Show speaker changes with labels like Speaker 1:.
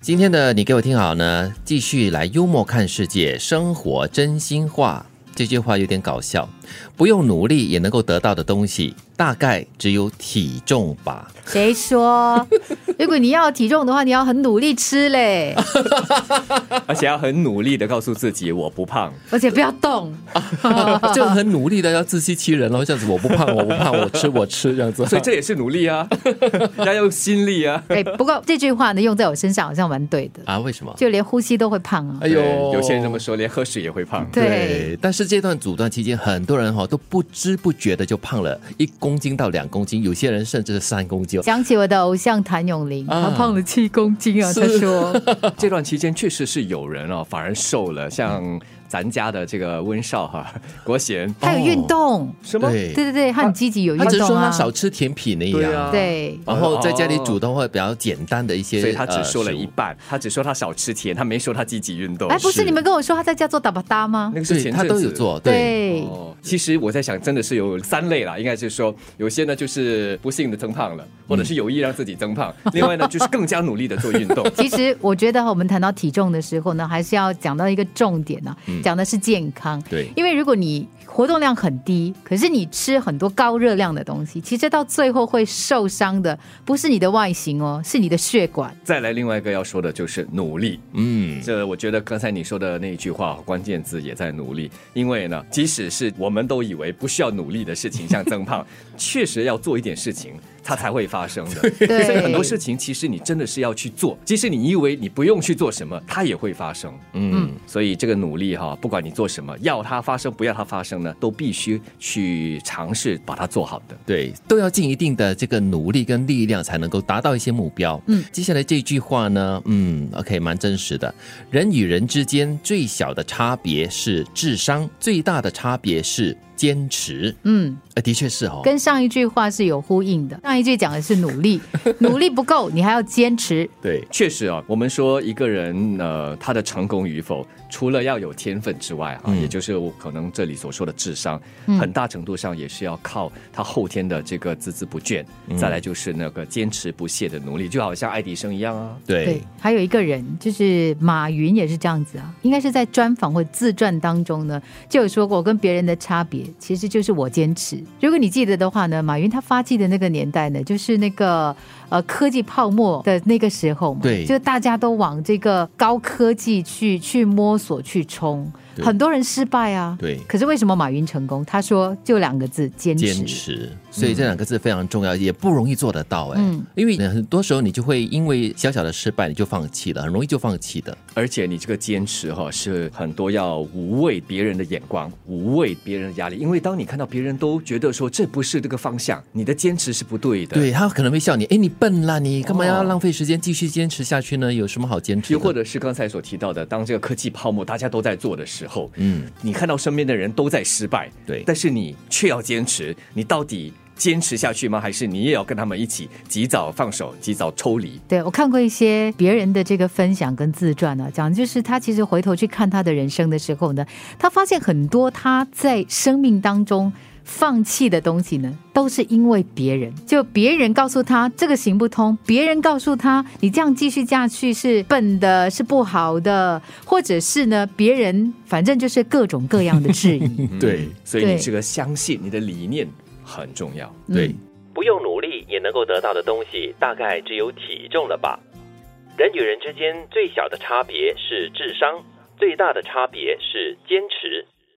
Speaker 1: 今天的你给我听好呢，继续来幽默看世界，生活真心话。这句话有点搞笑，不用努力也能够得到的东西，大概只有体重 吧。
Speaker 2: 谁说？ 如果你要体重的话，你要很努力吃嘞，
Speaker 3: 而且要很努力的告诉自己我不 胖。
Speaker 2: 而且不要 动。
Speaker 1: 就很努力的要自欺欺人喽，这样子我不胖，我不胖，我 吃我吃这样子。
Speaker 3: 所以这也是努力 啊，要用心力啊。
Speaker 2: 哎，不过这句话呢，用在我身上好像蛮对的，
Speaker 1: 啊，为什么？
Speaker 2: 就连呼吸都会胖啊。
Speaker 1: 哎呦
Speaker 3: 对有些人这么说，连喝水也会胖。
Speaker 2: 对，
Speaker 1: 但是这段阻断期间，很多人哈、都不知不觉的就胖了一公斤到两公斤，有些人甚至是三公斤。
Speaker 2: 想起我的偶像谭咏麟，
Speaker 1: 啊哦
Speaker 2: 他胖了七公斤啊，他 说。
Speaker 3: 这段期间确实是有人哦，反而瘦了，像咱家的这个温少哈、 国贤
Speaker 2: 他有运动，
Speaker 3: 什么？
Speaker 1: 对
Speaker 2: 对，对对，他很积极有运
Speaker 1: 他只是说
Speaker 2: 动
Speaker 1: 他
Speaker 2: 啊。
Speaker 1: 少吃甜品而已
Speaker 3: 对
Speaker 1: 啊
Speaker 3: 啊。
Speaker 2: 对，
Speaker 1: 然后在家里煮的会比较简单的一些，
Speaker 3: 所以他只说了
Speaker 1: 呃
Speaker 3: 一
Speaker 1: 食物
Speaker 3: 半，他只说他少吃甜，他没说他积极运动。
Speaker 2: 哎，不
Speaker 1: 哦是
Speaker 2: 是你们跟我说他在家做打巴达吗
Speaker 3: 那？个是
Speaker 1: 对
Speaker 3: 前
Speaker 1: 他
Speaker 3: 阵
Speaker 1: 都
Speaker 3: 子
Speaker 1: 有。做，对，
Speaker 2: 对，
Speaker 3: 哦，其实我在想，真的是有三类啦，应该就是说，有些呢就是不幸的增胖了，或者是有意让自己增 胖；另外呢就是更加努力的做运动。
Speaker 2: 其实我觉得哈我们谈到体重的时候呢，还是要讲到一个重点呢、
Speaker 1: 嗯
Speaker 2: 讲的是健康。
Speaker 1: 对
Speaker 2: 因为如果你活动量很低，可是你吃很多高热量的东西，其实到最后会受伤的不是你的外形哦，是你的血管。
Speaker 3: 再来另外一个要说的就是努力，
Speaker 1: 嗯，
Speaker 3: 这我觉得刚才你说的那一句话，关键字也在努力。因为呢，即使是我们都以为不需要努力的事情，像增 胖，确实要做一点事情，它才会发生的。
Speaker 2: 对
Speaker 3: 所以很多事情其实你真的是要去做，即使你以为你不用去做什么，它也会发生。
Speaker 1: 嗯，
Speaker 3: 所以这个努力哈、不管你做什么，要它发生不要它发生呢，都必须去尝试把它做好的。
Speaker 1: 对，都要尽一定的这个努力跟力量，才能够达到一些目标。嗯，接下来这句话呢，嗯，OK，蛮真实的。人与人之间最小的差别是智商，最大的差别是坚持。
Speaker 2: 嗯，
Speaker 1: 呃，的确是哦。
Speaker 2: 跟上一句话是有呼应的。上一句讲的是努力，努力不够，你还要坚持。
Speaker 1: 对，
Speaker 3: 确实啊，我们说一个人呃，他的成功与否，除了要有天分之外啊，
Speaker 1: 嗯
Speaker 3: 也就是我可能这里所说的智商，
Speaker 2: 嗯
Speaker 3: 很大程度上也是要靠他后天的这个孜孜不倦，
Speaker 1: 嗯
Speaker 3: 再来就是那个坚持不懈的努力，就好像爱迪生一样啊。
Speaker 2: 对
Speaker 1: 对，，
Speaker 2: 还有一个人就是马云也是这样子啊，应该是在专访或自传当中呢，就有说过跟别人的差别，其实就是我坚持。如果你记得的话呢，马云他发迹的那个年代呢，就是那个呃科技泡沫的那个时候嘛，
Speaker 1: 对
Speaker 2: 就大家都往这个高科技去去摸索去冲，
Speaker 1: 对
Speaker 2: 很多人失败啊，
Speaker 1: 对
Speaker 2: 可是为什么马云成功？他说就两个字，坚持。
Speaker 1: 坚持，所以这两个字非常重要，也不容易做得到哎。
Speaker 2: 嗯
Speaker 1: 因为很多时候你就会因为小小的失败你就放弃了，很容易就放弃的。
Speaker 3: 而且你这个坚持哈、是很多要无畏别人的眼光，无畏别人的压力，因为当你看到别人都觉得说这不是这个方向，你的坚持是不对的。
Speaker 1: 对他可能会笑你，哎，你笨啦，你干嘛要
Speaker 3: 哦
Speaker 1: 浪费时间继续坚持下去呢？有什么好坚持
Speaker 3: 又
Speaker 1: 的？
Speaker 3: 或者是刚才所提到的，当这个科技泡沫大家都在做的时候，
Speaker 1: 嗯，
Speaker 3: 你看到身边的人都在失败，
Speaker 1: 对
Speaker 3: 但是你却要坚持，你到底坚持下去吗？还是你也要跟他们一起及早放手，及早抽离？
Speaker 2: 对，我看过一些别人的这个分享跟自传呢、啊，讲就是他其实回头去看他的人生的时候呢，他发现很多他在生命当中放弃的东西呢，都是因为别人，就别人告诉他这个行不通，别人告诉他你这样继续下去是笨的，是不好的，或者是呢，别人反正就是各种各样的质疑。
Speaker 1: 对
Speaker 3: 嗯所以你
Speaker 2: 对
Speaker 3: 这个相信你的理念很重要。
Speaker 1: 对
Speaker 2: 嗯，
Speaker 4: 不用努力也能够得到的东西，大概只有体重了吧。人与人之间最小的差别是智商，最大的差别是坚持。